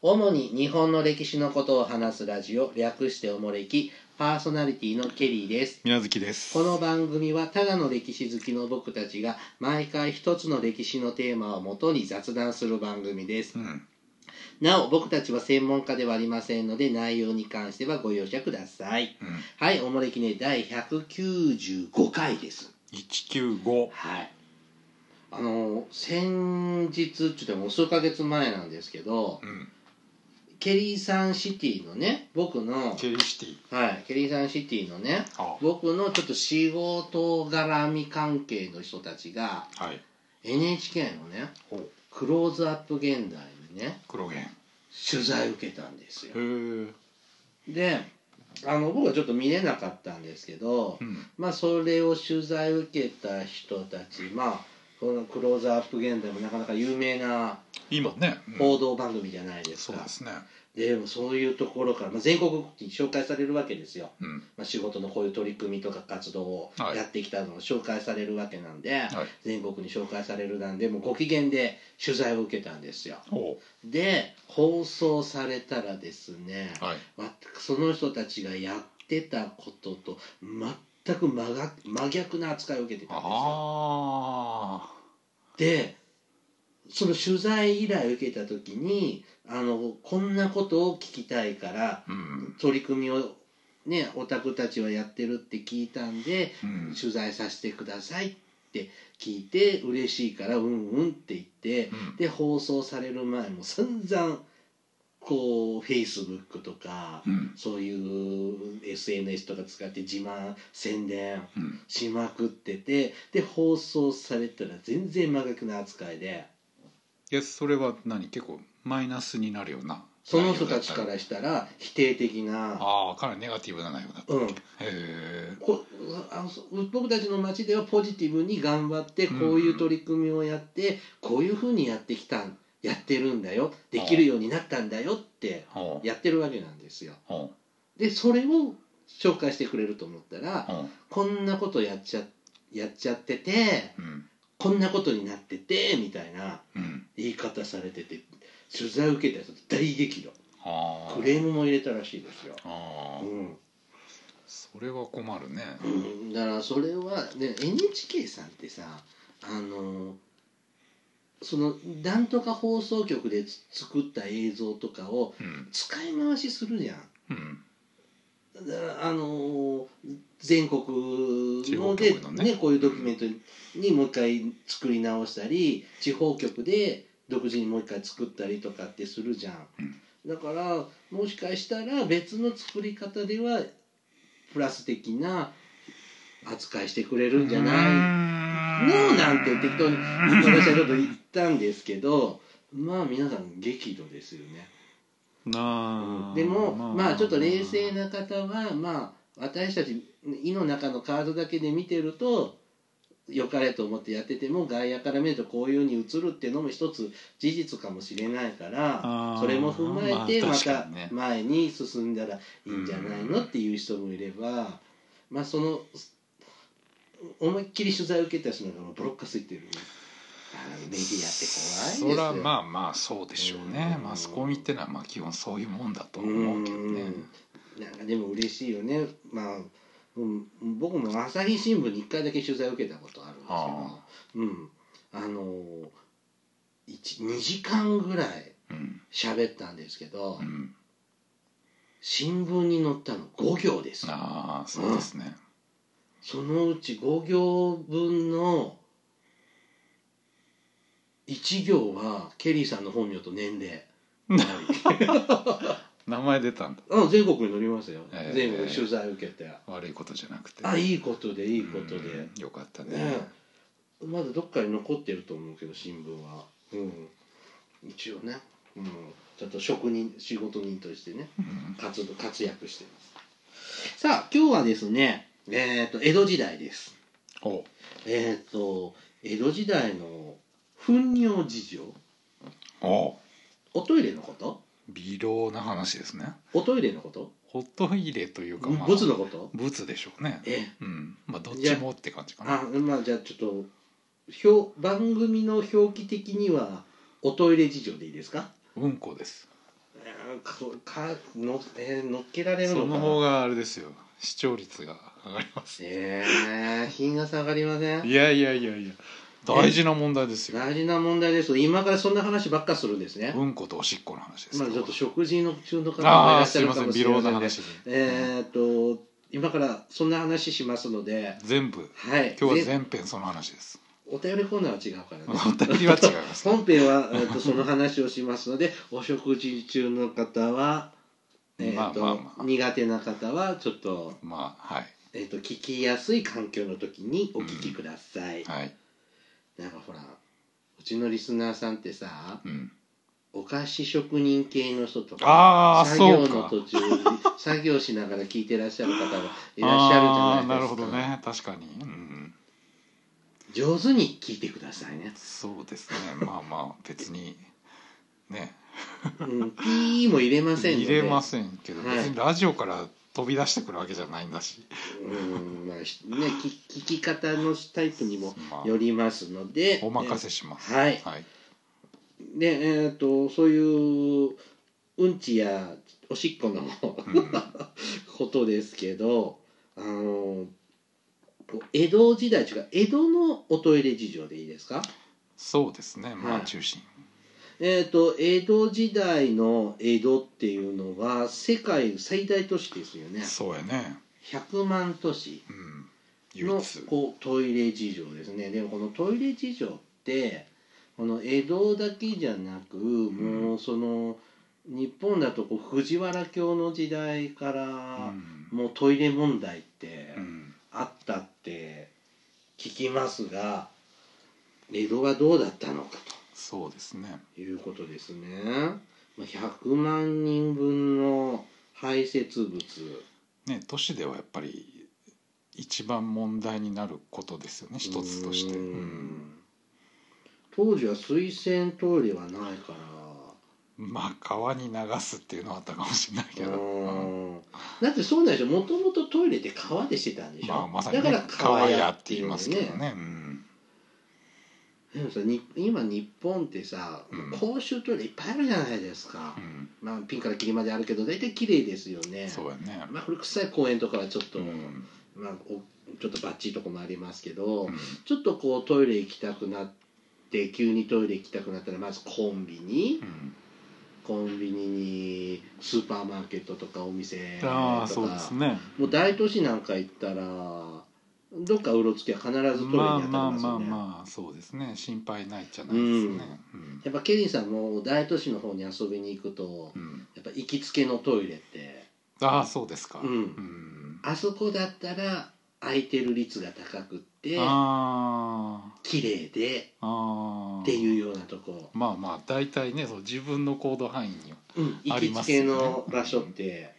主に日本の歴史のことを話すラジオ略しておもれきパーソナリティのケリーです水無月ですこの番組はただの歴史好きの僕たちが毎回一つの歴史のテーマをもとに雑談する番組ですうんなお僕たちは専門家ではありませんので内容に関してはご容赦くださいうんはいおもれきね第195回です195はいあの先日ちょっともう数ヶ月前なんですけどうんケリーさんシティのね僕のケリシティはい、ケリーさんシティのねあ僕のちょっと仕事絡み関係の人たちがはい NHK のねほう「クローズアップ現代」にね黒源へ取材受けたんですよえうんであの僕はちょっと見れなかったんですけどまあそれを取材受けた人たちまあこの「クローズアップ現代」もなかなか有名な今ね、うん報道番組じゃないですそか、うですねでもそういうところから、まあ、全国に紹介されるわけですようんまあ、仕事のこういう取り組みとか活動をはいやってきたのを紹介されるわけなんで、はい全国に紹介されるなんでもうご機嫌で取材を受けたんですよほで放送されたらですね、うはいわその人たちがやってたことと全く真が真逆な扱いを受けてたんですよあでその取材依頼を受けた時にあのこんなことを聞きたいからあうん取り組みをねオタクたちはやってるって聞いたんでうん取材させてくださいって聞いて嬉しいからうんうんって言ってうんで放送される前も散々こうフェイスブックとかうんそういう SNS とか使って自慢宣伝うんしまくっててで放送されたら全然真逆な扱いでいやそれは何結構マイナスになるようなその人たちか内容だったりらしたら否定的な。ああかなりネガティブな内容だったへうん、えこあのそ僕たちの町ではポジティブに頑張ってこういう取り組みをやって、こういうふうにやってきたんやってるんだよできるようになったんだよってほうやってるわけなんですよ。ほでそれを紹介してくれると思ったうらほこんなことやっちゃやっちゃっててううんこんなことになっててみたいなうん言い方されてて取材受けた人大激怒ああクレームも入れたらしいですよ。ああうんそれは困るねうんだからそれは、ね、NHK さんってさあのそのなんとか放送局でつ作った映像とかをうん使い回しするじゃん。うんだからあの全国地の方で局のねねこういうドキュメントにもう一回作り直したり地方局で独自にもう一回作ったりとかってするじゃん、だからもしかしたら別の作り方ではプラス的な扱いしてくれるんじゃないいのなんて適当に私はちょっと言ったんですけどまあ皆さん激怒ですよね。なあでもまあちょっと冷静な方はまあ私たち胃の中のカードだけで見てると良かれと思ってやってても外野から見るとこういうふうに映るっていうのも一つ事実かもしれないからあーそれも踏まえてまあま確たかにね前に進んだらいいんじゃないのっていう人もいればまあその思いっきり取材を受けた人なんかもブロックついてるあーメディアって怖いんですよそらまあまあそうでしょうねうんマスコミってのはまあ基本そういうもんだと思うけどねうんなんかでも嬉しいよねまあ、うん、僕も朝日新聞に1回だけ取材を受けたことあるんですあけどうんあの2時間ぐらいうん喋ったんですけど、うん新聞に載ったの5行ですああそうですねそのうち5行分の1行はケリーさんの本名と年齢名前出たんだあ全国に載りましたよ、えー全国に取材受けて悪いことじゃなくてあいいことでいいことで、うんよかったねねえまだどっかに残ってると思うけど新聞は、うん、一応ね、うん、ちゃんと職人仕事人としてねうん活動活躍してますさあ今日はですねえっ、と江戸時代ですおうえっ、と江戸時代の糞尿事情おうおトイレのこと微量な話ですねおトイレのことホット入れというかまあブツのことブツでしょうねえうんまあどっちもって感じかなあまあじゃあちょっと表番組の表記的にはおトイレ事情でいいですかうんこですなんかこうかの,、えー、乗っけられるそのかのな方があれですよ視聴率が上がりますええ品が下がりませんいやいやいやいや大事な問題ですよ大事な問題です今からそんな話ばっかするんですね、うんことおしっこの話ですまあけちどょっと食事の中の方もいあらあっしすゃいるませかんもし微れま量せなんね話で、えーっと今からそんな話しますので全部はい今日はで全編その話ですお便りコーナーは違うからおね便りは違います本編は、えーっとその話をしますの でお食事中の方は、えーっとまあまあまあ苦手な方はちょっと,、まあはいえーっと聞きやすい環境の時にお聞きください、はいなんかほらうちのリスナーさんってさうんお菓子職人系の人とかああ作業そうのか途 中に作業しながら聞いてらっしゃる方がいらっしゃるじゃないあですかあなるほどね確かにうん上手に聞いてくださいね、そうですねまあまあ別にねうん、ピーも入れませんので入れませんけどはい別にラジオから飛び出してくるわけじゃないんだしうんまあひね聞聞き方のタイプにもまあよりますのでお任せしますはいはいでえっ、とそういううんちやおしっこのうんことですけどあのこう江戸時代というか江戸のおトイレ事情でいいですかそうですねまはあい中心えー、と江戸時代の江戸っていうのは世界最大都市ですよねそうやね100万都市うん唯の一こうトイレ事情ですねでもこのトイレ事情ってこの江戸だけじゃなく、んもうその日本だとこう藤原京の時代から、うんもうトイレ問題ってうんあったって聞きますが江戸はどうだったのかと。そうですねいうことですね。まあ100万人分の排泄物。ね都市ではやっぱり一番問題になることですよね一つとしてううんん当時は水洗トイレはないから。まあ川に流すっていうのはあったかもしれないけどうんうんだってそうなんでしょもともとトイレって川でしてたんでしょ、まあまさにねだから川川屋屋っっててい言いうのまですけどねねうんでもさに今日本ってさ、うん公衆トイレいっぱいあるじゃないですかう、んまあピンからキリまであるけど大体綺麗ですよねそうやねまあ古臭い公園とかはちょっと、うんまあ、おちょっとバッチリとこもありますけど、うんちょっとこうトイレ行きたくなって急にトイレ行きたくなったらまずコンビニうんコンビニにスーパーマーケットとかお店とあかあそうですねもう大都市なんか行ったらどっかうろつきは必ずトイレに当たりまあまあますまよあね、まあそうですね心配ないじゃないですねうんやっぱケリーさんも大都市の方に遊びに行くとうんやっぱ行きつけのトイレってああそうですかうんんあそこだったら空いてる率が高くってあ綺麗であああっていうようなとこ、まあまあ大体ねそう自分の行動範囲にうん、行あきりつますけよねの場所って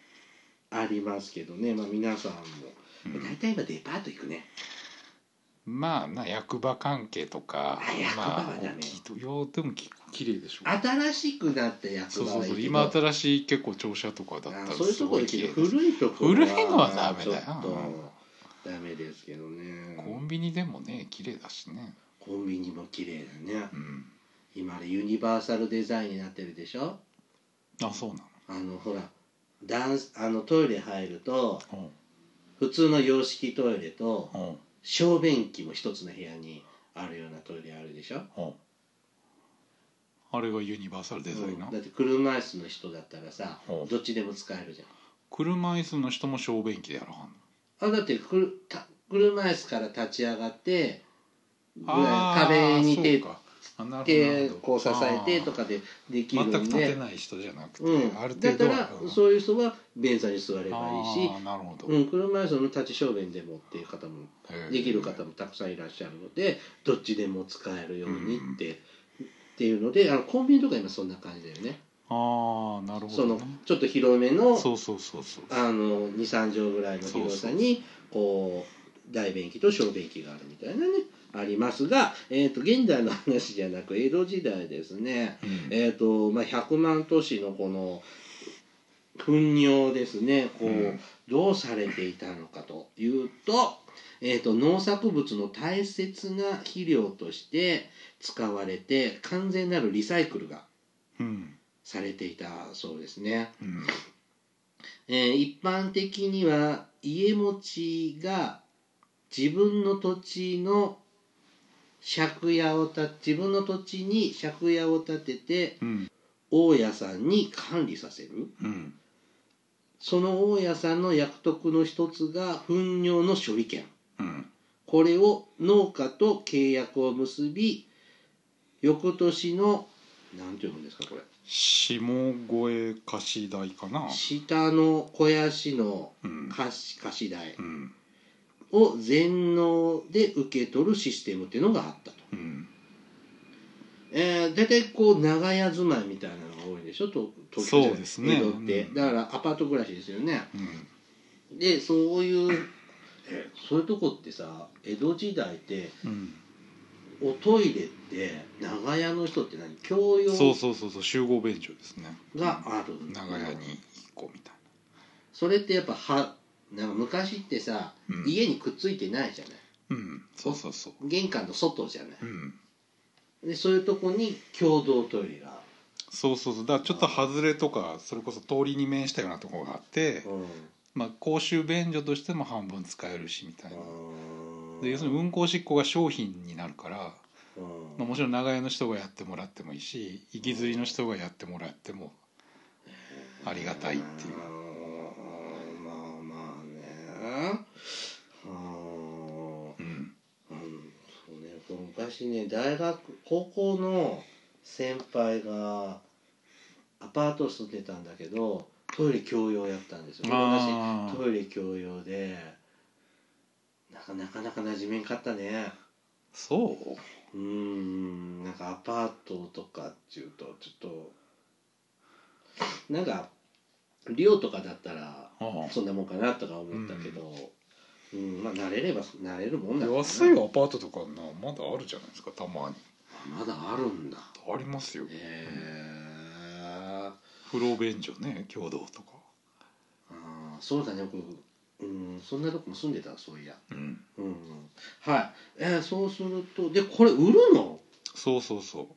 ありますけどね、まあ、皆さんもうん大体今デパート行くねまあな役場関係とかあ役場はまダあメ大きいといやでもき綺麗でしょ新しくなった役そう場そはういいそうけど今新しい結構庁舎とかだったあらそういうすとこごろい行綺麗けでどす古いところ古いのはダメだよちょっとダメですけどねコンビニでもね綺麗だしねコンビニも綺麗だねうん今あれユニバーサルデザインになってるでしょあそうなあのほらダンスあのトイレ入るとの普通の洋式トイレとおう小便器も一つの部屋にあるようなトイレあるでしょおうおうあれがユニバーサルデザインな、うんだって車椅子の人だったらさほうどっちでも使えるじ車椅子の人も小便器でやらはんゃんあだってくるた車椅子から立ち上がってぐらいの壁に手そうかあなるほど手なるほこう支どえてとあかでできーるんで全く立てない人じゃなくて、うん、あるだ程か度らそういう人は便座に座ればいいしあーなるほど、うん、車椅子の立ち小便でもっていう方もへーできる方もたくさんいらっしゃるのでどっちでも使えるようにって、っていうのであのコンビニとか今そんな感じだよねああなるほそど、のね、ちょっと広めのそうそうそうそうあの23畳ぐらいの広さにこう大便器と小便器があるみたいなねありますが、えー、と現代の話じゃなく江戸時代ですね、うんえーとまあ、100万都市のこの糞尿ですねこう、うんどうされていたのかというと,、えー、と農作物の大切な肥料として使われて完全なるリサイクルがうんされていたそうですね、うんえー一般的には家持ちが自分の土地の借家をた自分の土地に借家を建ててうん大家さんに管理させるうんその大家さんの役得の一つが糞尿の処理権うんこれを農家と契約を結び翌年のなんていうんですかこれ下越貸し代かな下の肥やしのうん貸し貸し代うんを全農で受け取るシステムっていうのがあったと、うんえー、大体こう長屋住まいみたいなのが多いでしょと東京じゃないそうですね江戸って、うんだからアパート暮らしですよねうんでそういうえそういうとこってさ江戸時代ってうんおトイレって長屋の人って何共用そうそうそうそう集合便所ですねがあるんだ長屋に一個みたいそれってやっぱはなんか昔ってさ、な、うん、家にくっついてないじゃないうんそうそうそう玄関の外じゃない、うんでそういうとこに共同トイレがあそうそうそうだからちょっと外れとかそれこそ通りに面したようなところがあってる、、うんまあ、公衆便所としても半分使えるしみたいなあーで要するに運行執行が商品になるから、うんまあ、もちろん長屋の人がやってもらってもいいし行きずりの人がやってもらってもありがたいっていううんまあまあねはあううんんそうね昔ね大学高校の先輩がアパート住んでたんだけどトイレ共用やったんですよ私あートイレ共用でなかなかなか馴染めんかったねそううーんなんかアパートとかっていうとちょっとなんか寮とかだったらあそんなもんかなとか思ったけど、うんまあ慣れれば慣れるもんだあからな安いアパートとかなまだあるじゃないですかたまにまだあるんだありますよへえ風呂便所ね共同とかあーそうだね僕うんそんなとこも住んでたそういやうんうんうんはい、えーそうするとでこれ売るのそうそうそう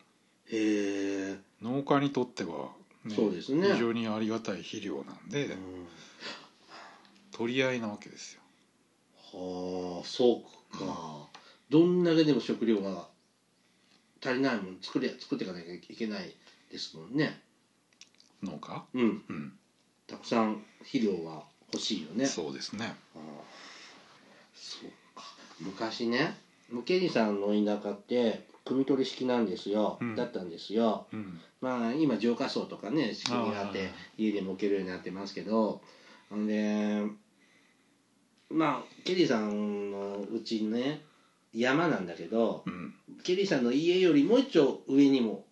へえ、農家にとっては、そうですね非常にありがたい肥料なんで、うん取り合いなわけですよはあそうか、どんだけでも食料が足りないもん作れ作っていかなきゃいけないですもんね農家うんうん、たくさん肥料は欲しいよねそうですねああそうか昔ねムケリさんの田舎って汲み取り式なんですよ、うんだったんですようんまあ今浄化槽とかね仕組みがあっあてあ家でも置けるようになってますけどんでまあケリーさんのうちね山なんだけどうんケリーさんの家よりもう一丁上にも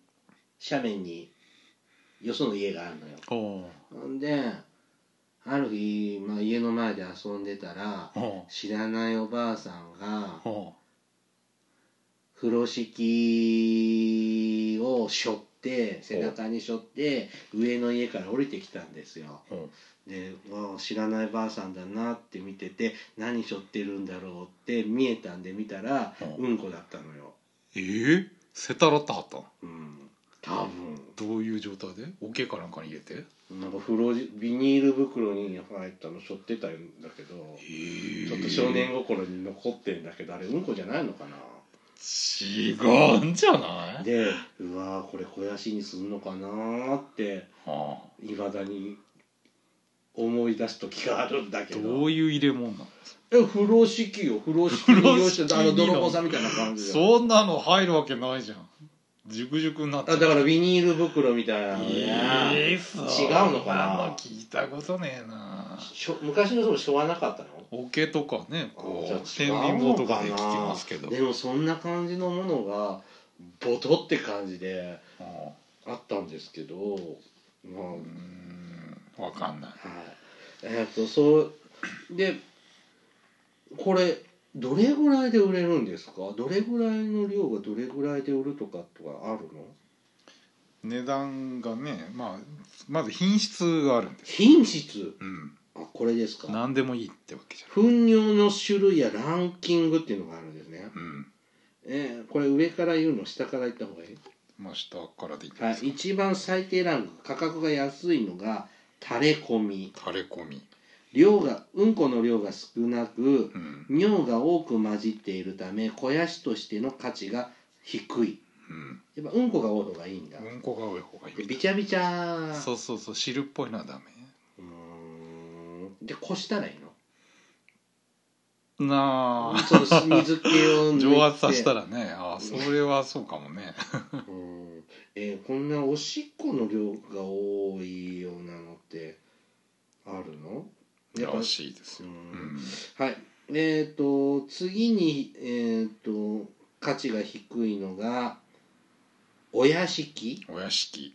斜面によその家があるのよおほんである日、まあ、家の前で遊んでたらお知らないおばあさんがお風呂敷を背負って背中に背負って上の家から降りてきたんですよおでわあ知らないばあさんだなって見てて何背負ってるんだろうって見えたんで見たらうんうんこだったのよえー、セタラタハタンうん多分どういう状態で桶かなんかに入れてなんか風呂じビニール袋に入ったの背負ってたんだけどえーちょっと少年心に残ってんだけどあれうんこじゃないのかな違うんじゃないでうわーこれ肥やしにすんのかなーってああいまだに思い出す時があるんだけどどういう入れ物なのえ風呂敷よ風呂敷に風呂敷に用意してたあの泥棒さんみたいな感じよそんなの入るわけないじゃん熟熟になってあだからビニール袋みたいなのね、えー、そう違うのかなあんま聞いたことねえなしょ昔の人もしょわなかったの桶とかねこあうじ天ゃあ違う秤棒のとかなかで聞きますけどでもそんな感じのものがボトって感じでああったんですけどまあ、あうーんわかんないはいえーっとそうでこれどれぐらいで売れるんですかどれぐらいの量がどれぐらいで売るとかとかあるの値段がね、まあ、まず品質があるんです、品質うん、あこれですか何でもいいってわけじゃ糞尿の種類やランキングっていうのがあるんですね、ない、うんえーこれ上から言うの下から言った方がいいまあ下からでいきはまいす、か、一番最低ランク価格が安いのがタレ込み垂れ込み、量がうんこの量が少なくうん尿が多く混じっているため肥やしとしての価値が低いうん、やっぱうんこが多い方がいいんだ、うんこが多い方がいでいびちゃびちゃそうそうそう汁っぽいのはダうーんでこしたらいいのメなあその水気を抜いて蒸発させたらねああそれはそうかもねうんえーこんなおしっこの量が多いようなのってあるのやっぱらしいですうよ、うんん、はいえっ、と次にえっ、と価値が低いのがお屋敷お屋敷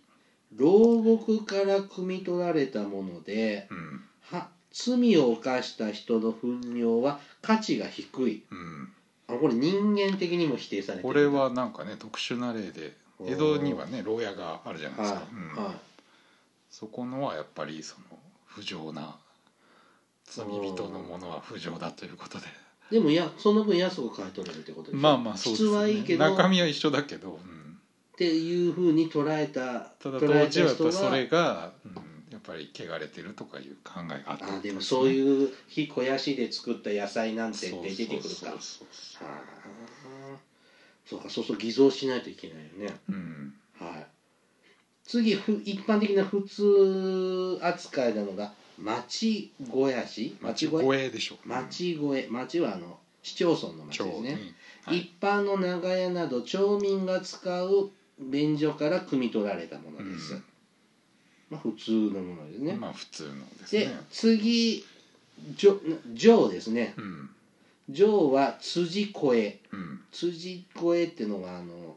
牢獄から汲み取られたものでうんは罪を犯した人の糞尿は価値が低いうんあこれ人間的にも否定されてるこれはなんかね特殊な例でおー江戸にはね牢屋があるじゃないはいですか、うんはいそこのはやっぱりその不浄な罪人のものは不浄だということででもいやその分安く買い取れるってことでしょまあまあそう質はいでいすねけど中っ身は一緒だけど、うんていうふうに捉えたただ捉え当た時はやっ人ぱそはれが、うん、やっぱり汚れてるとかいう考えがあったあでもそうういう非肥やしで作った野菜なんてって出てくるそかうそうそはあそうかそうそう偽造しないといけないよねううんはい次ふ一般的な普通扱いなのが町小屋市町町小屋越えでしょ町小屋町はあの市町村の町町ですね、にはい一般の長屋など町民が使う便所から汲み取られたものです、うんまあ普通のものですね、まあ普通のですでね次じょ上ですねうん上は辻越えうん辻越えっていうのがあの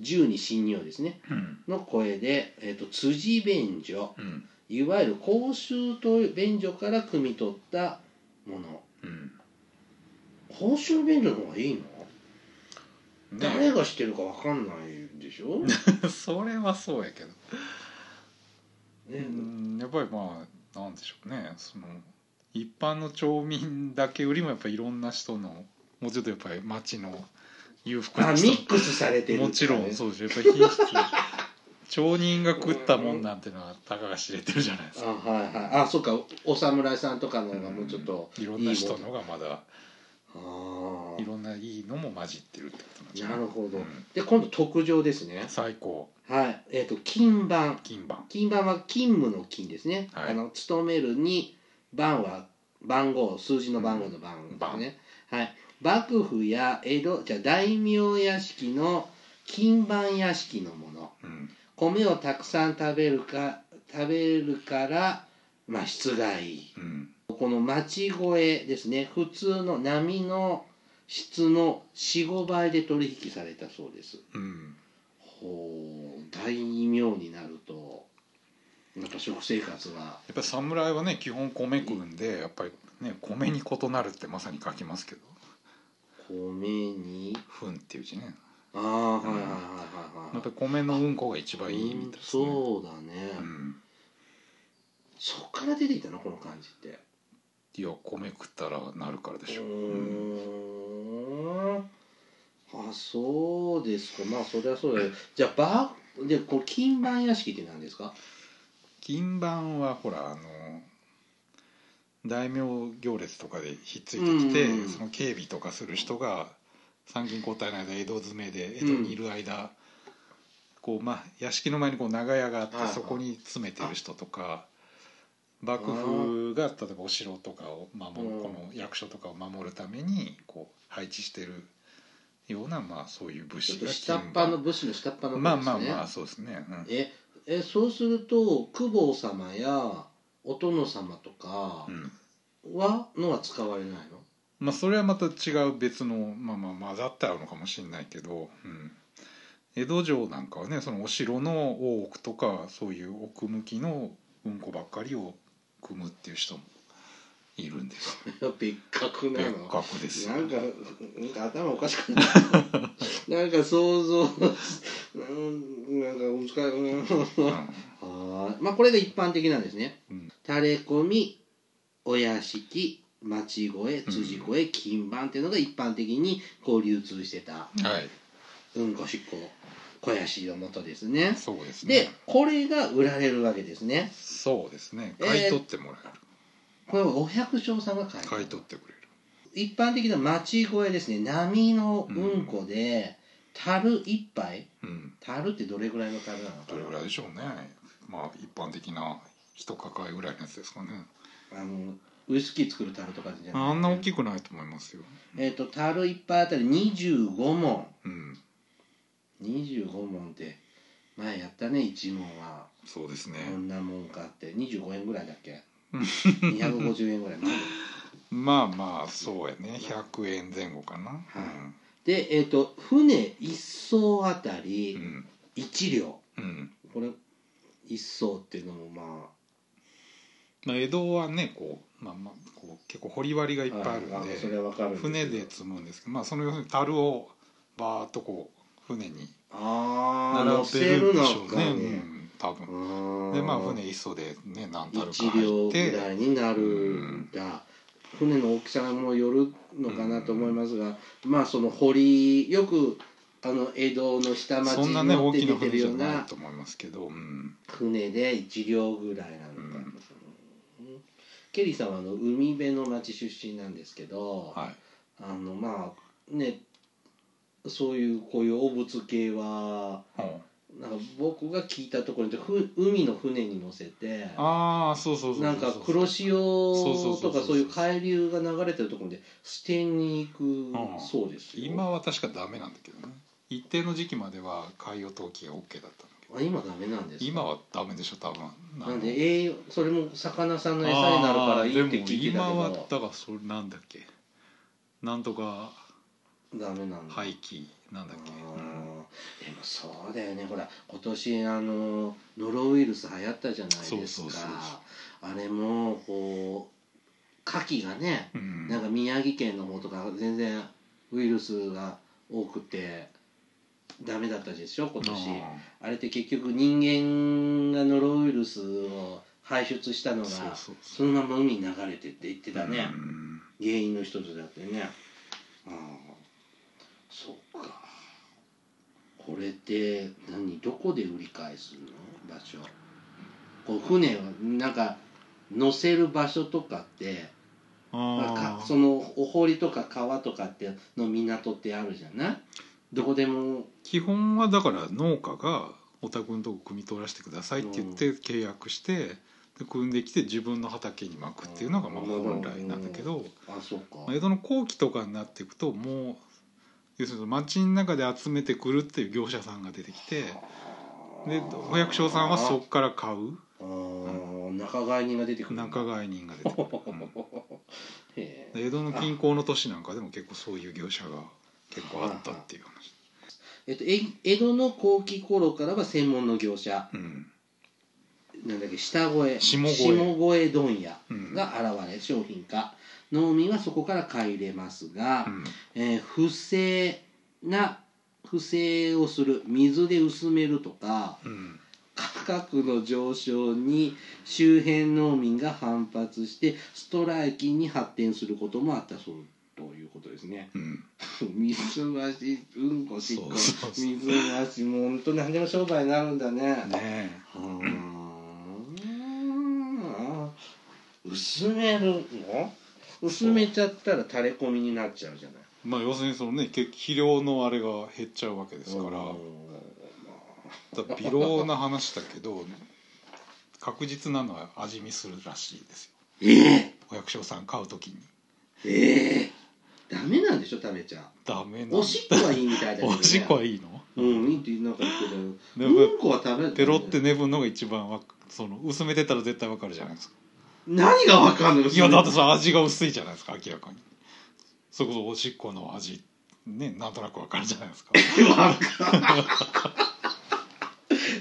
銃に侵入ですねうんの声で、えっと辻便所うんいわゆる公衆と便所から汲み取ったものうん公衆便所の方がいいの、ね誰がしてるかわかんないでし ょ、ねそれはそうやけどうんやっぱりまあなんでしょうねその一般の町民だけよりもやっぱりいろんな人のもうちょっとやっぱり町の裕福あなミ人ックスされてるもちろんうそうですよやっぱり品質町人が食ったもんなんてのはたかが知れてるじゃないですあかはいはいあそうかおお侍さんとかの方がもうちょっといろんな人のがまだあいろんないいのも混じってるってことなんじあゃなるほど、うんで今度特上ですね最高はいえっ、と金番金番金番は勤務の金ですね、はいあの勤めるに番は番号数字の番号の番ですね、はい幕府や江戸じゃあ大名屋敷の金番屋敷のものうん米をたくさん食べるか食べるからまあ室外うんこの町越えですね普通の波の質の45倍で取引されたそうですうんほう大名になるとやっぱ食生活はやっぱり侍はね基本米食うんでやっぱりね米に異なるってまさに書きますけど米に「糞」っていう字ねああはいうんはいはいはいやっはぱり米のうんこが一番いいいみたいですねそうだね、うんそっから出てきたのこの感じっていや米食ったらなるからでしょうう、うーんんあそうですかまあそりゃそうだよじゃあバーでこの金盤屋敷って何ですか金盤はほらあの大名行列とかでひっついてきて、うんその警備とかする人が参勤交代の間江戸詰めで江戸にいる間、こうまあ、屋敷の前にこう長屋があって、はいはいそこに詰めてる人とか幕府が例えばお城とかを守る、うんこの役所とかを守るためにこう配置してるような、まあ、そういう武ちょっ士と下がっ金端盤の武士の下っ端のまあ方ですまあねまあそうですね、うんええそうすると久保様やお殿様とかうんはのは使われないの まあそれはまた違う別のまあまあ混ざってあるのかもしれないけど、うん、江戸城なんかはねそのお城の大奥とかそういう奥向きのうんこばっかりを組むっていう人もいるんですよいや別格な別の格ですなよんかなんか頭おかしくなる なんか想像うんなんか難し いうんはーいまあこれが一般的なんですねうん垂れ込みお屋敷町越え辻越え金盤っていうのが一般的にこう流通してたうんはいうんこしっこ肥やしのもとですね。そうですねでこれが売られるわけですね。そうですねえー買い取ってもらえる、これはお百姓さんが買い買い取ってくれる一般的な町小屋ですね波のうんこで、樽一杯うん樽ってどれぐらいの樽なのかどれぐならいでしょうねまあ一般的な一抱えぐらいのやつですかねあのウイスキー作る樽とかじゃないあんな大きくないと思いますよえっ、と樽一杯あたり25問うん25問って前やったね1問はそうですねこんなもんかって25円ぐらいだっけ250円ぐらいまあまあそうやね100円前後かな、でえっ、と船一艘あたうりん1両うん、うんこれ一艘っていうのもままあ、江戸はねこう,、まあまあ、こう結構掘り割りがいっあぱいあるんで、あそれはわかるんすけど船で積むんですけど、まあ、その要するに樽をバーッとこう船にああ乗並べせるるんでのしょうかねねうん、多分うんでまあ船一艘でね何樽か1両入っぐらていになるんだ船の大きさもよるのかなと思いますがまあその堀よくあの江戸の下町そんなにね乗っ大てきな出て船るじゃようないなと思いますけど、うん、船で1両ぐらいなのかなケリーさんはあの海辺の町出身なんですけどはいあのまあねそういうこういう汚物系はうんなんか僕が聞いたところでふ海の船に乗せてああそうそうそうそうなんか黒潮そとうそうそうそかうそういう海流が流れてるところで捨てに行んくそうですよ今は確かダメなんだけどね一定の時期までは海洋陶器が OK だったんだけどあ今ダメなんですか今はダメでしょ多分あのなんで栄養それも魚さんの餌になるからいいって聞いてたけあーでも今はどだからそれなんだっけなんとかダメなんだ廃棄なんだっけ、あーでもそうだよねほら今年あのノロウイルス流行ったじゃないですかそうそうそうそうあれもこう牡蠣がねうんなんか宮城県の方とか全然ウイルスが多くてダメだったでしょ今年あれって結局人間がノロウイルスを排出したのあーがそうそそうそうのまま海に流れてって言ってたね、うん原因の一つだってねああそうかこれって何どこで売り買いするの場所こう船はなんか乗せる場所とかってまああかーそのお堀とか川とかっての港ってあるじゃないどこでも基本はだから農家がお宅のとこ汲み取らせてくださいって言って契約してで汲んできて自分の畑にまくっていうのがまあうん本来なんだけどあそうかまあ江戸の後期とかになっていくともう要するに町の中で集めてくるっていう業者さんが出てきてでお百姓さんはそこから買うあー仲買人が出てくる仲買人が出て くるへえ江戸の近郊の都市なんかでも結構そういう業者が結構あったっていう話、えっと、え江戸の後期頃からは専門の業者うんなんだっけ下越え下越え越え問屋うんが現れ商品化農民はそこから買い入れますが、うんえー不正な不正をする水で薄めるとかうん価格の上昇に周辺農民が反発してストライキに発展することもあったそうということですね。 うん水増しうんこしっこそうそうそう水増しもう本当何でも商売になるんだねねえはー薄めるの薄めちゃったら垂れ込みになっちゃうじゃないまあ要するにそのね結肥料のあれが減っちゃうわけですからだから微量な話だけど確実なのは味見するらしいですよええお役所さん買う時にええダメなんでしょ食べちゃダメなおしっこはいいみたいだけど、ね、 おしっこはいいのうんいいってなんか言ってたよでもうんこは食べるペロってねぶんのが一番わかその薄めてたら絶対わかるじゃないですか何がわかんのいやだってさ味が薄いじゃないですか明らかにそれこそおしっこの味ねなんとなくわかるじゃないですかわかんない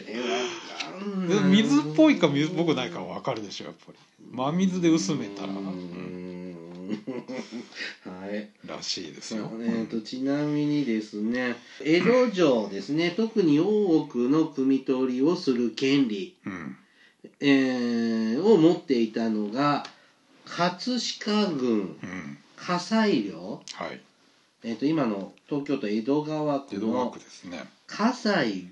えわかんでない水っぽいか水っぽくないかはわかるでしょやっぱり真水で薄めたらうーうんんはいらしいですそうよ、えー、とちなみにですね江戸城ですね特に大奥の汲み取りをする権利、うんえーを持っていたのが葛飾郡うん葛西領はいえー、と今の東京都江戸川区江戸川の区ですね葛西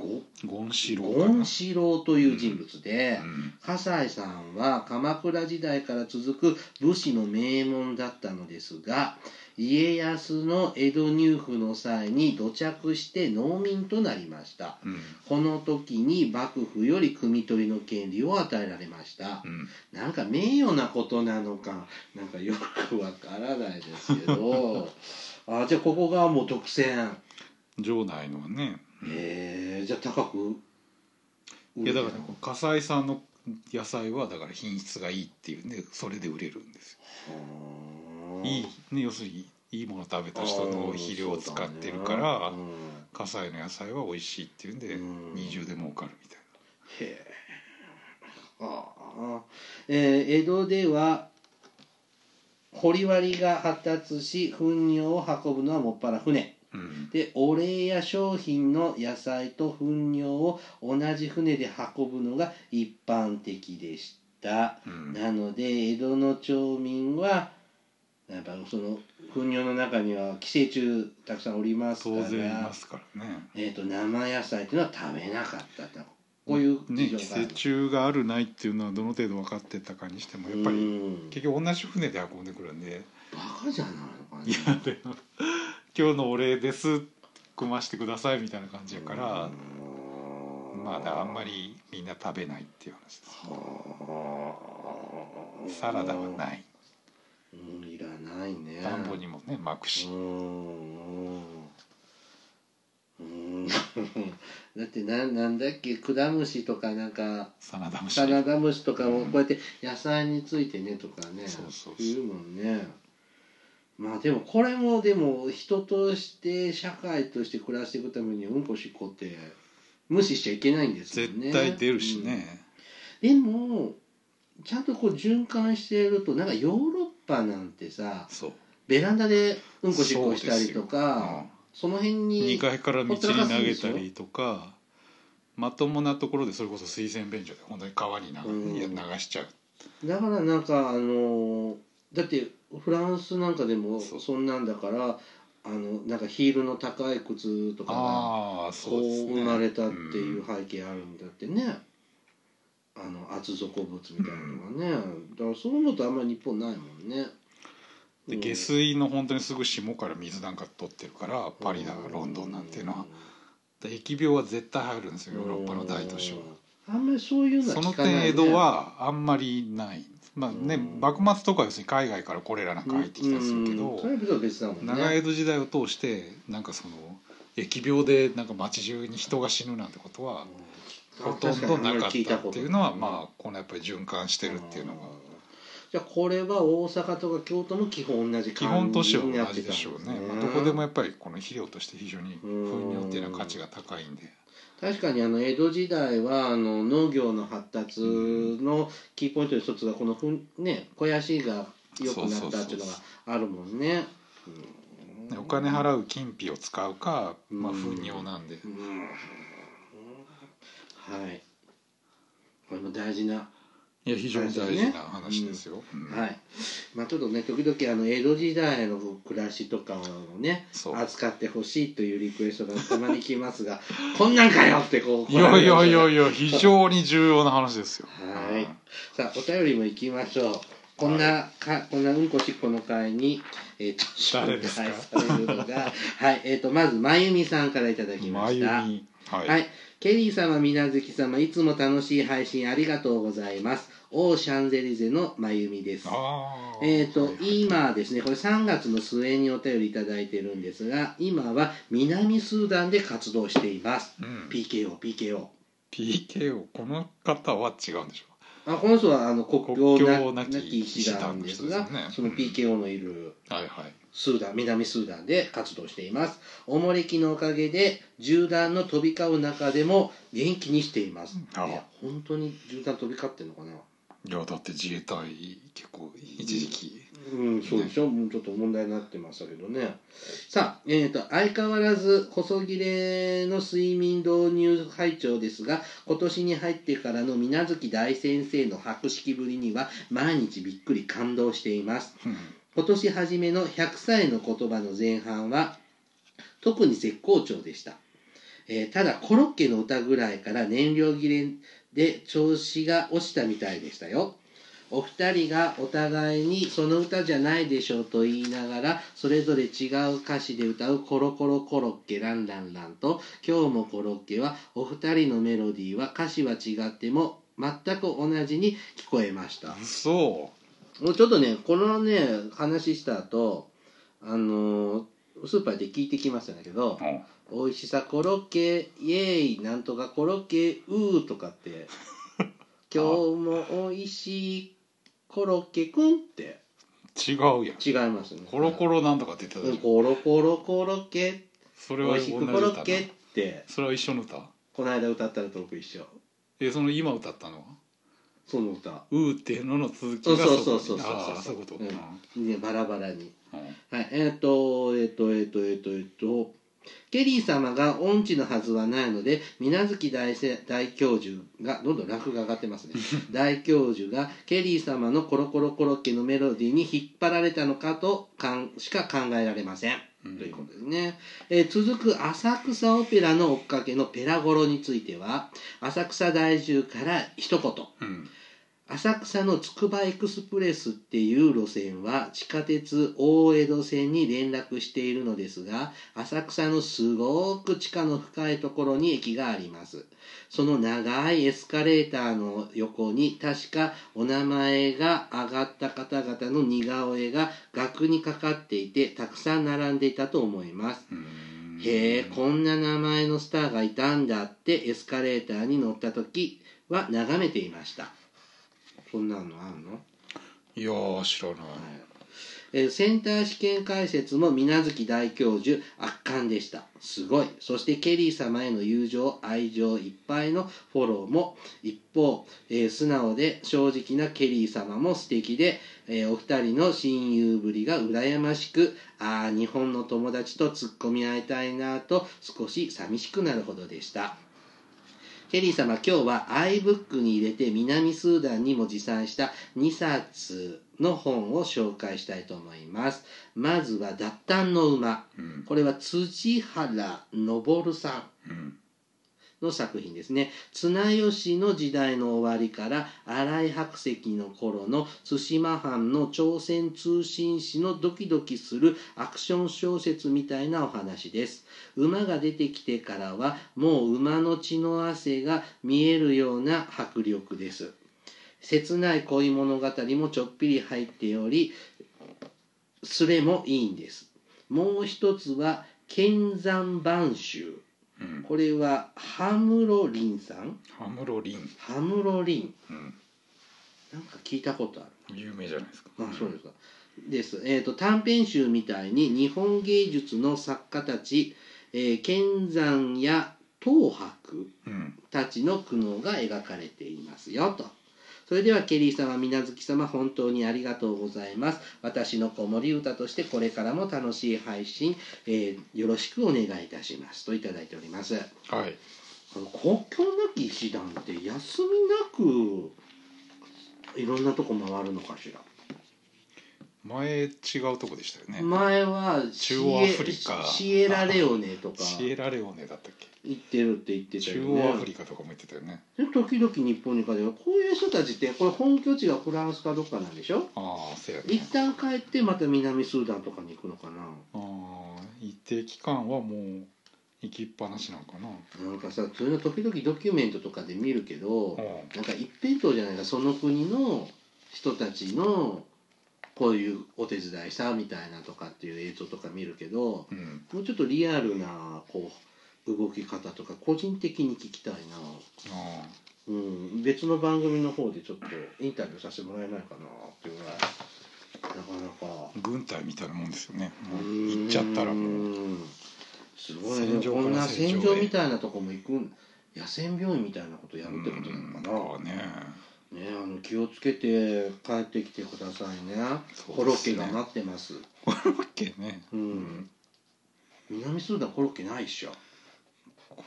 五権四郎かな権四郎という人物で、うん葛西さんは鎌倉時代から続く武士の名門だったのですが家康の江戸入府の際に土着して農民となりましたうんこの時に幕府より汲み取りの権利を与えられましたうんなんか名誉なことなのかなんかよくわからないですけ どあじゃあここがもう独占城内のはねえー、じゃあ高く売いれたやだのからこう葛西さんの野菜はだから品質がいいっていうんでそれで売れるんですようーんいい、ね、要するにいいもの食べた人の肥料を使ってるからあーそうだね葛西の野菜は美味しいっていうんでうん二重で儲かるみたいうんへーあーえー江戸では掘割が発達し糞尿を運ぶのはもっぱら船な、うんでお礼や商品の野菜と糞尿を同じ船で運ぶのが一般的でした、うんなので江戸の町民はやっぱその糞尿の中には寄生虫たくさんおりますか当ら然いますからねえー、と生野菜っていうのは食べなかったとこういうね事寄情がある生虫があるないっていうのはどの程度分かってたかにしてもやっぱうりん結局同じ船で運んでくるんでバカじゃないのかいねやでも 今日のお礼です組ましてくださいみたいな感じやからまあだからあんまりみんな食べないっていう話ですサラダはないうんいらないね田んぼにもね巻くしうーんうーん だってななんだっけクラムシとかなんかサラダもしサないラダムシとかをこうやって野菜についてねとかねそうそうそう言うもんねまあでもこれもでも人として社会として暮らしていくためにうんこしっこって無視しちゃいけないんですよね絶対出るしねうんでもちゃんとこう循環しているとなんかヨーロッパなんてさそうベランダでうんこしっこしたりとかそ,、の辺2に階から道に投げたりとかまともなところでそれこそ水洗便所で本当に川になうんいや流しちゃうだからなんかあのーだってフランスなんかでもそうそんなんだからあのなんかヒールの高い靴とかがああそこううですね生まれたっていう背景あるんだってね、あの厚底ブーツみたいなのがね、だからそう思うとあんまり日本ないもんねで下水の本当にすぐ下から水なんか取ってるからパリだロンドンなんていうのはで疫病は絶対入るんですよヨーロッパの大都市はうんあんまりそういうのはその聞か点ない、ね、江戸はあんまりないまあねうん幕末とか要するに海外からこれらなんか入ってきたりするけうんどそれは別だもんね長江戸時代を通してなんかその疫病でなんか街中に人が死ぬなんてことはほとんどなかったっていうのはまあこのやっぱり循環してるっていうのがじゃあこれは大阪とか京都も基本同じ基本感都市じはになっ同てじたでんしょうすね、まあ、どこでもやっぱりこの肥料として非常に糞尿っていうのは価値が高いんで確かにあの江戸時代はあの農業の発達のキーポイントの一つがこのふん、ね、肥やしが良くなったっていうのがあるもんね。ねお金払う金費を使うか、まあ、うん糞尿なんで、うんはいこれも大事な、いや非常に大事な話ですよ、うんはいまあ、ちょっとね時々あの江戸時代の暮らしとかをねそう扱ってほしいというリクエストがたまに来ますが こんなんかよってこういやいやいやいいや非常に重要な話ですよはいさあお便りも行きましょうこんなかこんなうんこしっこの会に、えー、と誰紹で介すかされるのがはいえー、とまずまゆみさんからいただきままゆしみたはい、はい、ケリー様、みなずき様、いつも楽しい配信ありがとうございます。オーシャンゼリゼのまゆみです。あーえー、とはい今ですねこれ3月の末にお便りいただいてるんですが今は南スーダンで活動していますうん PKO PKO PKO この方は違うんでしょあこの人はあの国境国な境なきなき医師団ですが医師団の人ですよねそのうん PKO のいる、うはいはいスーダン南スーダンで活動していますおもれきのおかげで銃弾の飛び交う中でも元気にしていますあいや本当に銃弾飛び交ってんのかないやだって自衛隊結構一時期うん、そうでしょ、もうちょっと問題になってましたけどねさあ、えー、と相変わらず細切れの睡眠導入拝聴ですが今年に入ってからの水無月大先生の博識ぶりには毎日びっくり感動していますうん今年初めの100歳の言葉の前半は特に絶好調でした、えーただコロッケの歌ぐらいから燃料切れで調子が落ちたみたいでしたよお二人がお互いにその歌じゃないでしょうと言いながらそれぞれ違う歌詞で歌う「コロコロコロッケランランラン」と「今日もコロッケ」はお二人のメロディーは歌詞は違っても全く同じに聞こえましたそもうちょっとねこのね話した後あのースーパーで聞いてきましたんだけどううん「美味しさコロッケイエーイなんとかコロッケうー」とかって 「今日も美味しいコロッケくん」って違うやん違いますねコロコロなんとかって言ってうたんじゃんコロコロコロッケそれ美は味同しじく歌コロッケっなてそれは一緒の歌この間歌ったのと僕一緒えその今歌ったのはその歌「う」っていうのの続きそうがそうそうそうそうああそういうことううんんねバラバラにうんはい、えっ、と、えっ、と、えっ、と、えっ、と、えっ、と、ケリー様が音痴のはずはないので、水無月大せ大教授が、どんどんランクが上がってますね。大教授が、ケリー様のコロコロコロッケのメロディーに引っ張られたのかとかん、しか考えられません。うんということですね。えー続く浅草オペラの追っかけのペラゴロについては、浅草大住から一言。うん浅草のつくばエクスプレスっていう路線は地下鉄大江戸線に連絡しているのですが浅草のすごく地下の深いところに駅がありますその長いエスカレーターの横に確かお名前が上がった方々の似顔絵が額にかかっていてたくさん並んでいたと思いますうんへえこんな名前のスターがいたんだってエスカレーターに乗った時は眺めていましたそんなのあんの、はいやー知らないえーセンター試験解説も水無月大教授圧巻でしたすごいそしてケリー様への友情愛情いっぱいのフォローも一方、えー素直で正直なケリー様も素敵で、えーお二人の親友ぶりが羨ましくああ日本の友達と突っ込み合いたいなぁと少し寂しくなるほどでしたケリー様今日は iBook に入れて南スーダンにも持参した2冊の本を紹介したいと思いますまずは「脱炭の馬うん」これは辻原昇さんうんの作品ですね綱吉の時代の終わりから新井白石の頃の対馬藩の朝鮮通信使のドキドキするアクション小説みたいなお話です馬が出てきてからはもう馬の血の汗が見えるような迫力です切ない恋物語もちょっぴり入っておりすれもいいんですもう一つは剣山晩秋うんこれはハムロリンさん羽室凛ハムロリンうんなんか聞いたことある有名じゃないですかあそうですかです、えー、と短編集みたいに日本芸術の作家たち、えー剣山や東博うんたちの苦悩が描かれていますよとそれではケリー様水無月様本当にありがとうございます私の子守歌としてこれからも楽しい配信、えーよろしくお願いいたしますといただいておりますはいあの国境なき医師団って休みなくいろんなとこ回るのかしら、前違うとこでしたよね、前はシエ中央アフリカシエラレオネ とかシエラレオネだったっけ行ってるって言ってたよ中ね央アフリカとかも言ってたよねで時々日本に帰ってこういう人たちってこれ本拠地がフランスかどっかなんでしょああせや一ね旦帰ってまた南スーダンとかに行くのかなああ一定期間はもう行きっぱなしなんかななんかさそういうの時々ドキュメントとかで見るけど、うんなんか一辺倒じゃないかその国の人たちのこういうお手伝いしたみたいなとかっていう映像とか見るけどうんもうちょっとリアルなこう動き方とか個人的に聞きたいな、あうん、別の番組の方でちょっとインタビューさせてもらえないかなっていうぐらいなかなかあ軍隊みたいなもんですよねもう行っちゃったらもううんすごいね戦場こからんな戦戦場へ場みたいなとこも行くん野戦病院みたいなことやうるってことなのかな、んねねあの気をつけて帰ってきてくださいねそうですねコロッケが待ってますコロッケねうん、南スーダンコロッケないっしょ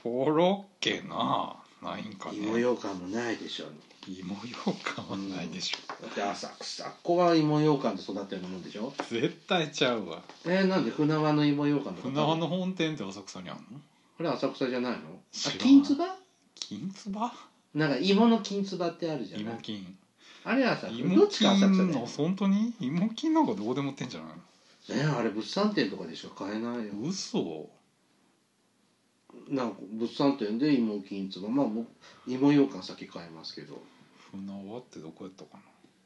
コロッケなないんかね芋ようかんもないでしょう芋ようかんはないでしょ、だって浅草っ子は芋ようかんで育ったようなもんでしょ絶対ちゃうわえー、なんで船輪の芋ようかんとか船輪の本店って浅草にあるのこれ浅草じゃないの知らあない金つば金つばなんか芋の金つばってあるじゃな芋い金あれ浅草ど芋っちか浅草金だのよ本当に芋金なんかどこでも売ってんじゃないねあれ物産展とかでしか買えないよの嘘なんか物産展で芋金つばまあ僕芋ようかん先買えますけど船輪ってどこやったかな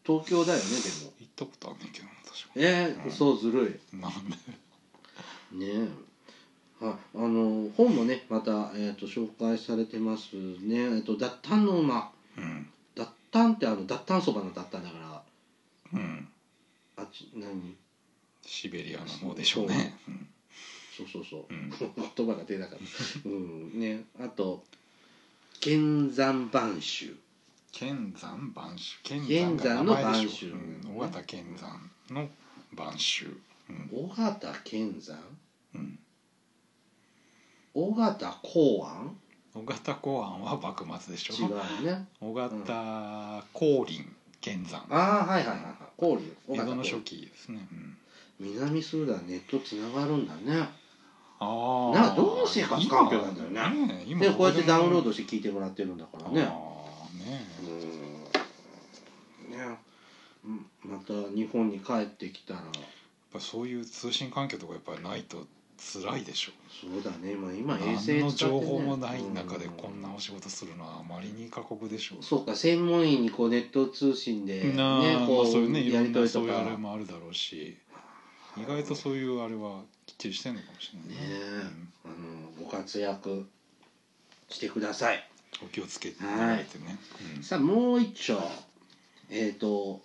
東京だよねでも行ったことあんねんけどな確かえー、うんそうずるいになんでねえはいあの本もねまた、えー、と紹介されてますね「えー、と脱炭の馬うん」脱炭ってあの脱炭そばの脱炭だからうんあっち何シベリアの方でしょうねうんそうそうそう、うん言葉が出なかった うんねあと「剣山晩秋剣山晩秋剣剣山の山の晩晩秋秋、うん、尾形剣山の晩秋、うん」尾形剣山うん、尾形公安尾形公安は幕末でし違ょうね尾形光林剣山ああはいはいはいはい郡尾江戸の形初公期ですね、うん、南スーダンネットつながるんだねああなどういう生活環境なんだろうね今でこうやってダウンロードドして聞いてもらってるんだからねねあーねうーんねうんまた日本に帰ってきたらやっぱそういう通信環境とかやっぱりないと辛いでしょそうだね今今衛星何の使ってね情報もない中でこんなお仕事するのはあまりに過酷でしょうそうか専門医にこうネット通信でねなあ、まこあそういうねいろやりん取なりとそういうかあれもあるだろうし意外とそういうあれはきっちりしてんのかもしれねないねえあのご活躍してくださいうんお気をつけていただいてね、うんさあもう一丁えっ、と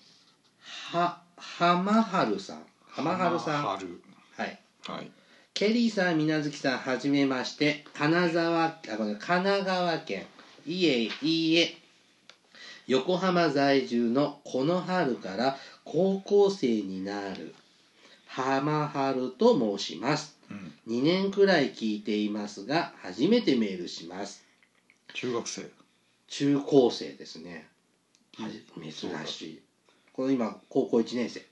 は浜春さん浜春さん浜春はいはいケリーさん、みなずきさん、はじめまして。金沢、あ、ごめん、神奈川県、いえ、いいえ、横浜在住のこの春から高校生になる、浜春と申します。うん2年くらい聞いていますが、初めてメールします。中学生中高生ですね。うんはじ珍しい。この今、高校1年生。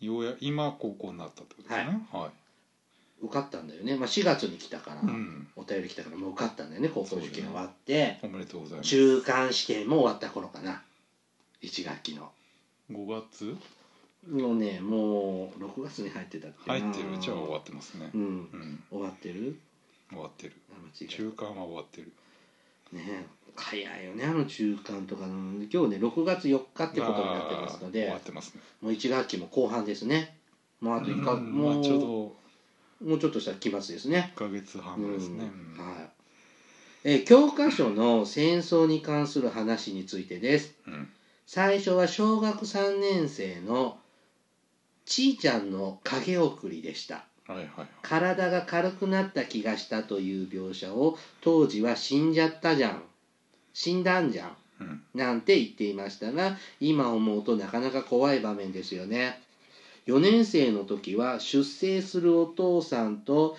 ようや今高校になったってことですねはい、受かったんだよね。まあ、4月に来たから、うん、お便り来たから、もう受かったんだよね、高校受験終わって。おめでとうございます中間試験も終わった頃かな1学期の5月もうねもう6月に入ってたっけな入ってるじゃあ終わってますねう、んうん、終わってる終わってるあ間違中間は終わってるえね早いよねあの中間とかの今日ね6月4日ってことになってますのあー終でわってますねもう1学期も後半ですねもうあと1か、うんもう、まあ、ちょうどもうちょっとしたら期末ですね1ヶ月半ぐらいですね、うんうんはいえー教科書の戦争に関する話についてですうん最初は小学3年生のちーちゃんの影送りでしたはいはいはい体が軽くなった気がしたという描写を当時は死んじゃったじゃん死んだんじゃんうんなんて言っていましたが今思うとなかなか怖い場面ですよね4年生の時は出生するお父さんと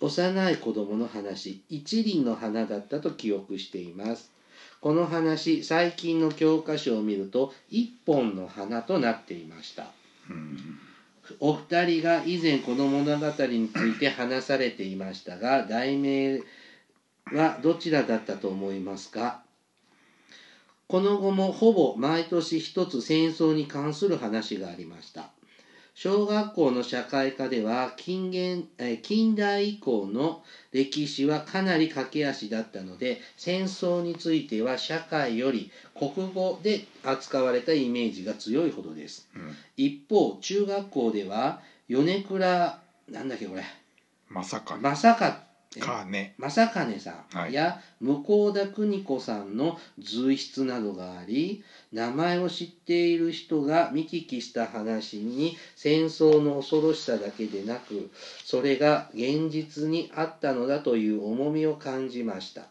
幼い子供の話一輪の花だったと記憶していますこの話最近の教科書を見ると一本の花となっていましたうんお二人が以前この物語について話されていましたが題名はどちらだったと思いますかこの後もほぼ毎年一つ戦争に関する話がありました小学校の社会科では近現えー近代以降の歴史はかなり駆け足だったので戦争については社会より国語で扱われたイメージが強いほどですうん一方中学校では米倉なんだっけこれまさか正かかね正金さはんいや向田邦子さんの随筆などがあり名前を知っている人が見聞きした話に戦争の恐ろしさだけでなくそれが現実にあったのだという重みを感じました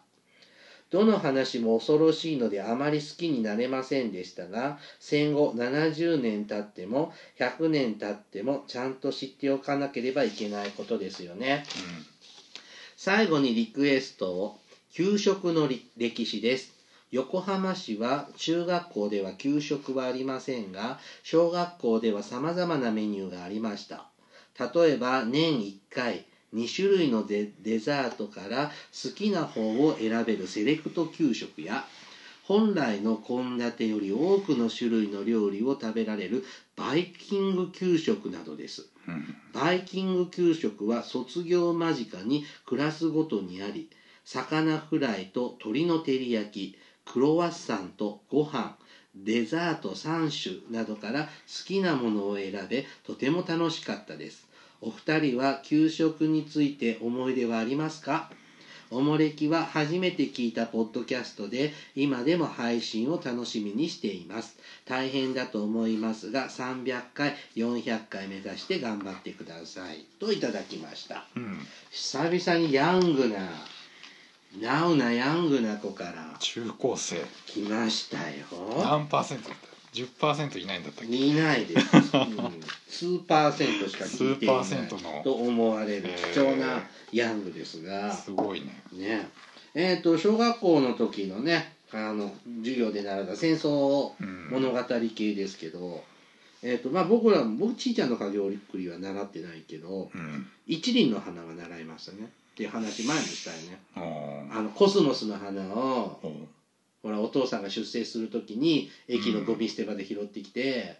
どの話も恐ろしいのであまり好きになれませんでしたが戦後70年経っても100年経ってもちゃんと知っておかなければいけないことですよね。最後にリクエストを給食のり歴史です横浜市は中学校では給食はありませんが小学校ではさまざまなメニューがありました例えば年1回2種類のデデザートから好きな方を選べるセレクト給食や本来の献立より多くの種類の料理を食べられるバイキング給食などですうんバイキング給食は卒業間近にクラスごとにあり魚フライと鶏の照り焼きクロワッサンとご飯デザート3種などから好きなものを選べとても楽しかったですお二人は給食について思い出はありますかおもれきは初めて聞いたポッドキャストで今でも配信を楽しみにしています大変だと思いますが300回400回目指して頑張ってくださいといただきましたうん、久々にヤングなナウなヤングな子から中高生来ましたよ何パーセントだった10パーセントいないんだったっけいないです、うん数パーセントしか聞いていな数パーセントいのと思われるえー貴重なヤングですが、すごいねねえー、と小学校の時のねあの授業で習った戦争うん物語系ですけど、えーとまあ、僕ら僕ちいちゃんの影織っくりは習ってないけどうん一輪の花は習いましたねっていう話前にしたよねあーあのコスモスの花をおうほらお父さんが出征する時に駅のゴミ捨て場で拾ってきて、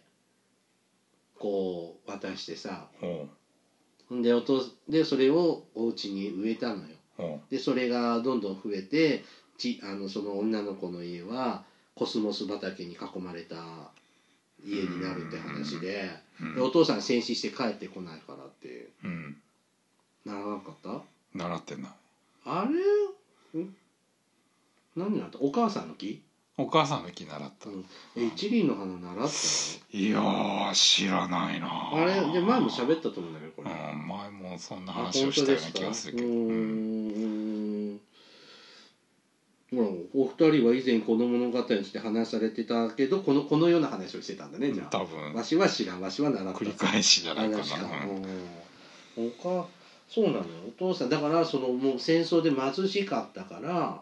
こう渡してさおうほんでお父でそれをお家に植えたのよおうでそれがどんどん増えてちあのその女の子の家はコスモス畑に囲まれた家になるって話で,、うんでお父さん戦死して帰ってこないからってうんならなかった習ってんなあれん何なったお母さんの木、お母さんの木習った、うん、え一輪の花習ったのいやー知らないなあれで前もっ喋ったと思うんだけどこれ、うん前もそんなあ話をしたような気がするけどううーんんほらお二人は以前この物語について話されてたけどこのこのような話をしてたんだねじゃあ、多分わしは知らんわしは習った繰り返しじゃないかな話だうんうん他そうなのよお父さんだからそのもう戦争で貧しかったから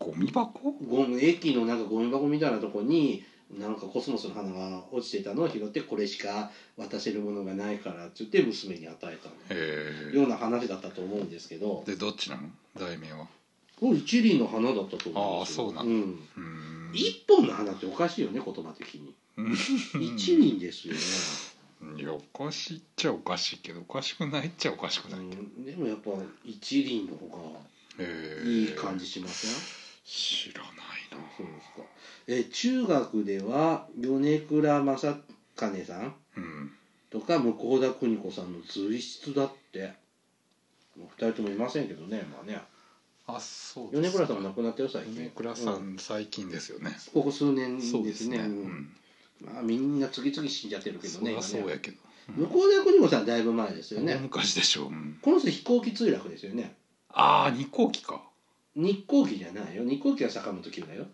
ゴミ箱ゴミ駅のなんかゴミ箱みたいなとこになんかコスモスの花が落ちてたのを拾ってこれしか渡せるものがないからって言って娘に与えたのへような話だったと思うんですけどえでどっちなの題名はこれ一輪の花だったと思うんですよああそうなんうだん、うーん一本の花っておかしいよね言葉的に一輪ですよね、いやおかしいっちゃおかしいけどおかしくないっちゃおかしくうない、へん、でもやっぱ一輪の方えがいい感じしません、知らないなそうですかえ中学では米倉正兼さんうんとか向田邦子さんの随筆だってお二人ともいませんけどねまあねあそう米倉さんもん亡くなったよ最近米倉さうんん最近ですよね、ここ数年そうでですすねね、うんまあみんな次々死んじゃってるうん、けどそねりゃそうやけど、向田邦子さんだいぶ前ですよ大ね昔でしょう、うんこの人飛行機墜落ですよねああ二号機か日航機じゃないよ日航機は坂本九だよ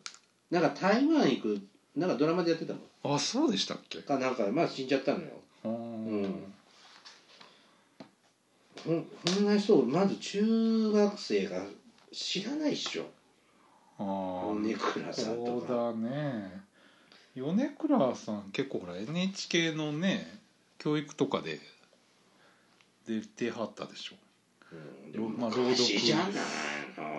なんか台湾行くなんかドラマでやってたのあそうでしたっけかなんかまあ死んじゃったのよううんこんこんな人をまず中学生が知らないっしょああ米倉さんとそうかだね米倉さん結構ほら NHK のね教育とかで出てはったでしょうんまあおかしいじゃない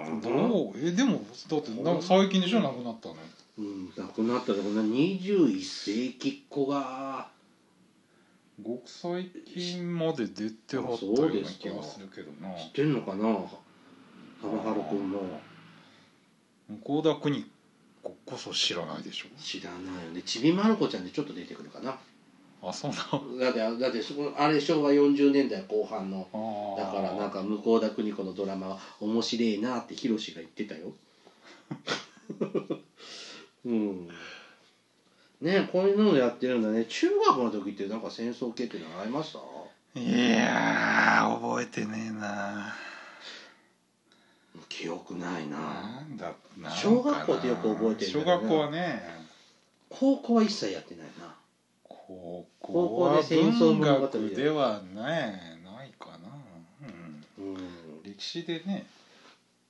のどうえでもだってなんか最近でしょ亡くなったのうん亡くなったらこんな21世紀っ子がごく最近まで出てはったよそううなですか気がするけどな知ってんのかな浜原君も向田邦子こそ知らないでしょ知らないよねちびまる子ちゃんでちょっと出てくるかなあそうなだってだってそこあれ昭和40年代後半のだあからなんか向田邦子のドラマは面白いなってヒロシが言ってたよ うんねこういうのをやってるんだね中学の時ってなんか戦争系って習いましたいやー覚えてねえな記憶ないななんだなんかな小学校ってよく覚えてるん小だよな学校はね高校は一切やってないな高校校はは文文学学でではねないかな、うん、うん歴史でね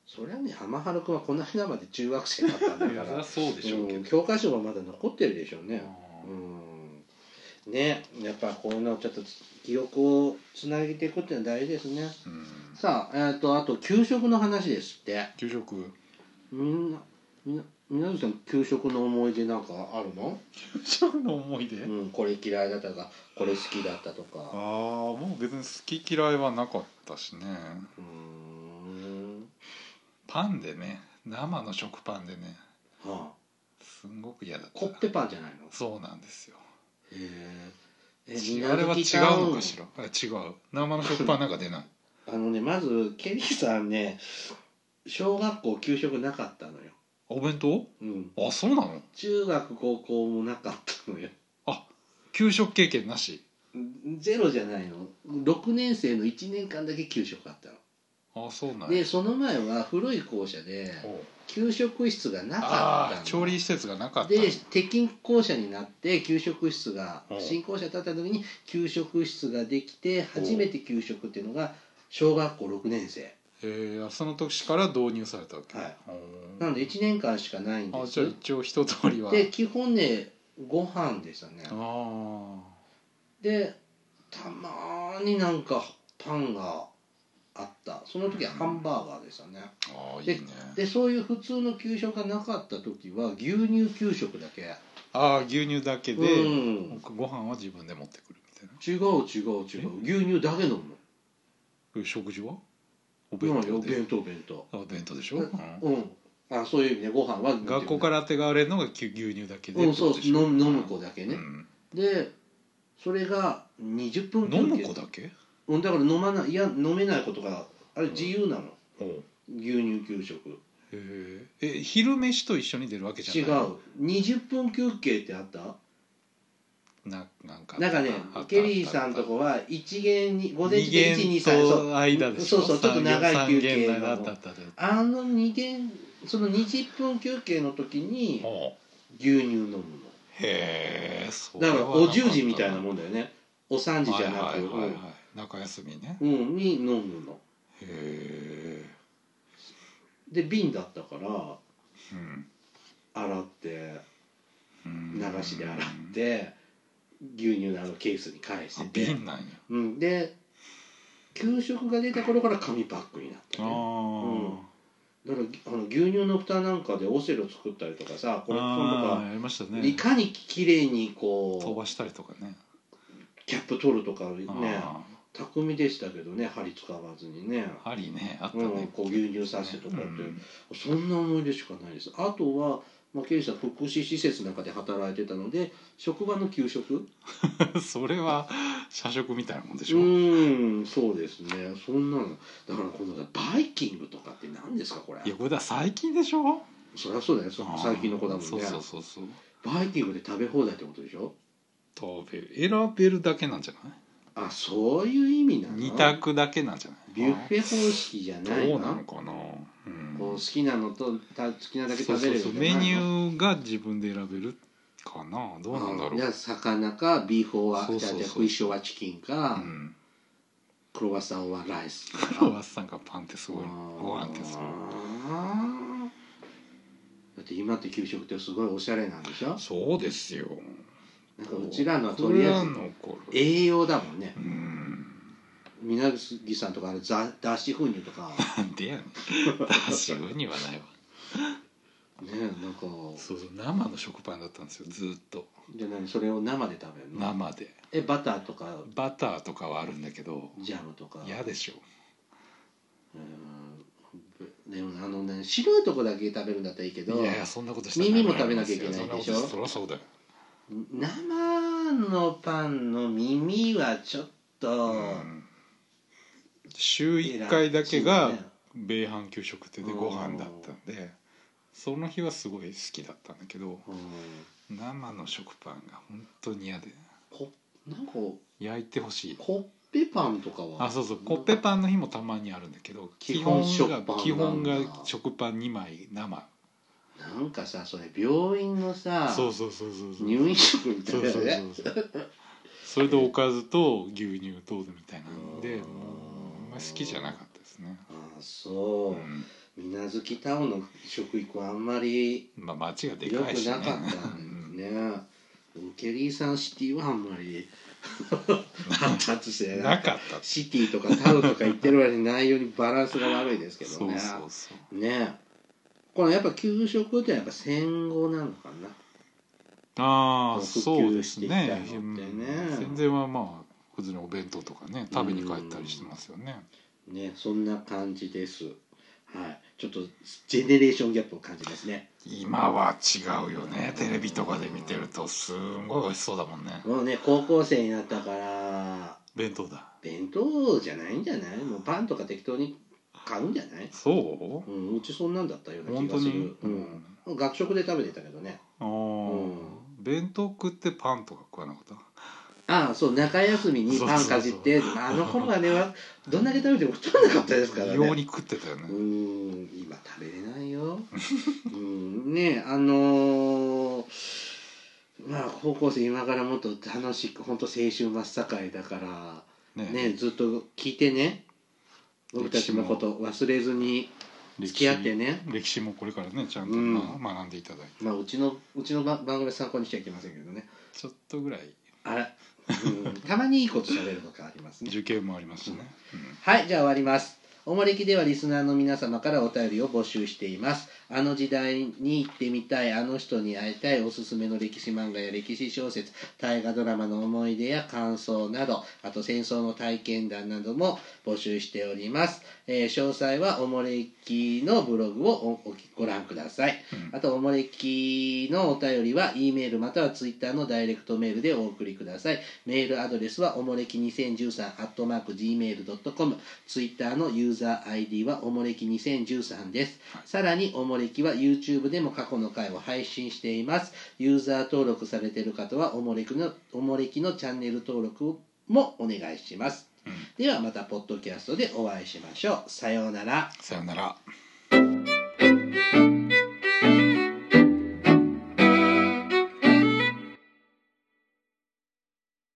そりゃね浜原君はこの間まで中学生だったんだいやかそりらゃそう でしょうけうんど、教科書がまだ残ってるでしょうねううんんねやっぱこういうのをちょっと記憶をつなげていくっていうのは大事ですねうんさあえっ、とあと給食の話ですって給食みんなみんな皆さん給食の思い出なんかあるの、給食の思い出、うん、これ嫌いだったとかこれ好きだったとああかもう別に好き嫌いはなかったしうねーんパンでね生の食パンでねはあすんごく嫌だったコッペパンじゃないのそうなんですよへえちあれは違うのかしらあ違う生の食パンなんか出ないあのねまずケリーさんね小学校給食なかったのよ、お弁当うん、あそうなの中学高校もなかったのよ給食経験なしゼロじゃないの6年生の1年間だけ給食あったの、あそうなんでその前は古い校舎でおう給食室がなかったあのあ調理施設がなかったで鉄筋校舎になって給食室がうん新校舎建った時に給食室ができて初めて給食っていうのが小学校6年生えー、その時から導入されたわけ、はいおーなので1年間しかないんであすじゃあ一応一通りはで基本ねご飯でしたねああでたまーになんかパンがあったその時はハンバーガーでしたね、ああいいでねでそういう普通の給食がなかった時は牛乳給食だけああ牛乳だけうで、んご飯は自分で持ってくるみたい違なう違う違う牛乳だけ飲むのえ食事はおう弁ん当おで弁当弁当あお弁当でしょ、ううんうんあそういう意味でご飯は学校から手が荒れるのがきゅ牛乳だけでうんそうどっちでしょ飲む飲む子だけねう、んでそれが20分飲む子だけうんだから飲まないいや飲めないことがあれ自由なの、おう牛乳給食へええ昼飯と一緒に出るわけじ違ゃないう20分休憩ってあったななんかなんかねあったケリーさんとこは1限に午前中で123二限そうと間でしょそうそうちょっと長い三休限憩三限だったったであの2限その20分休憩の時におう牛乳飲むのへえそれだはかならかお10時みたいなももんだよねお3時じゃなはいくはいはいはい、中休みねうんうんに飲むのへえで瓶だったからうん洗ってうん流しで洗って牛乳のあのケースに返しあてて瓶なんやうん、で給食が出た頃から紙パックになったあねーだからぎあの牛乳の蓋なんかでオセロ作ったりとかさこれあ今ーやりました度かいねかに綺麗に飛こばしたりとかねうキャップ取るとかねあ巧みでしたけどね針使わずにねー針ねあったうん、ねこう牛乳さしてとかって、そんな思い出しかないですあとは、まあ、経営者福祉施設なんかで働いてたので職場の給食うんそれは社食みたいなもんでしょうーんそうですねそんなのだからこのバイキングとかって何ですかこれいやこれだ最近でしょそりゃそうだよそ最近の子だもんねそうそうそうそうバイキングで食べ放題ってことでしょ食べる選べるだけなんじゃないあそういう意味なの二択だけなんじゃないビュッフェ方式じゃないのどうなのかな、うんこう好きなのとた好きなだけそ食うそべれうるそうじゃないメのニューが自分で選べるかなどうなんだろじゃう、あ魚かビーフォーはそうそうそうじゃあじゃあクイショはチキンか、うん、クロワッサンはライスクロワッサンかパンってすごいご飯ってすごいあーだって今って給食ってすごいおしゃれなんでしょそうですよなんかうちらのはとりあえず僕らの頃栄養だもんねうん皆木さんとかあれざ脱脂粉乳とかなんでやねん脱脂粉にはないわねなんかそうそう生の食パンだったんですよずーっとじゃあ何それを生で食べるの生でえバターとかバターとかはあるんだけどジャムとか嫌でしょうんでもあのね白いとこだけ食べるんだったらいいけどいやいやそんなことしたら耳も食べなきゃいけないでしょそりゃそうだよ生のパンの耳はちょっと、うん週1回だけがね米飯給食ってでご飯だったんでその日はすごい好きだったんだけどうん生の食パンが本当に嫌でこなんか焼いてほしいコッペパンとかはあそうそうコッペパンの日もたまにあるんだけど基基本本食パがン基本がなんだ食パン2枚生なんかさそれ病院のさそうそうそうそうそう入院食みたそいうそなうねそうそうそれでおかずと牛乳とみたいなんでうんもうあんまり好きじゃなかったですねあそう、うん水無月タオの食育はあんまりまあ町がで良くかいしねなかったんですね。ケリーさんシティはあんま り発達してうんなないかったシティとかタウとか言ってる割に内容にバランスが悪いですけどそねうそうそうねこのやっぱ給食ってのはやっぱ戦後なのかなああ復旧そうですねしてきたのってねうん戦前はまあ普通にお弁当とかね食べに帰ったりしてますよねねそんな感じですはいちょっとジェネレーションギャップを感じますね今は違うよねテレビとかで見てるとすんごい美味しそうだもんねもうね高校生になったから弁当だ弁当じゃないんじゃないもうパンとか適当に買うんじゃない、そうん、うちそんなんだったよううな気本が当すにる、うん、学食で食べてたけどねああ弁当食ってパンとか食わなかったああそう中休みにパンかじってあの頃はねわどんだけ食べても太らなかったですからね異様に食ってたようねーん今食べれないよ うーんねあのーまあ高校生今からもっと楽しく本当青春真っ盛りだかねらねずっと聞いてね僕たちのこと忘れずに歴史付き合ってね歴史もこれからねちゃんとうんまあ学んでいただいてまあうちのうちの番番組参考にしちゃいけませんけどねちょっとぐらいあら、うん、たまにいいこと喋るとかありますね受験もありますしね、はい、じゃあ終わります。おもれきではリスナーの皆様からお便りを募集しています。あの時代に行ってみたい、あの人に会いたい、おすすめの歴史漫画や歴史小説、大河ドラマの思い出や感想など、あと戦争の体験談なども募集しております。えー詳細はおもれきのブログをおおきご覧ください。あと、おもれきのお便りは、E メールまたは Twitter のダイレクトメールでお送りください。メールアドレスは、おもれき2013、アットマーク、gmail.com。Twitter のユーザー ID は、おもれき2013です。さらに、おもれきは YouTube でも過去の回を配信しています。ユーザー登録されている方は、おもれきの、おもれきのチャンネル登録もお願いします。では、また、ポッドキャストでお会いしましょう。さようなら。さよなら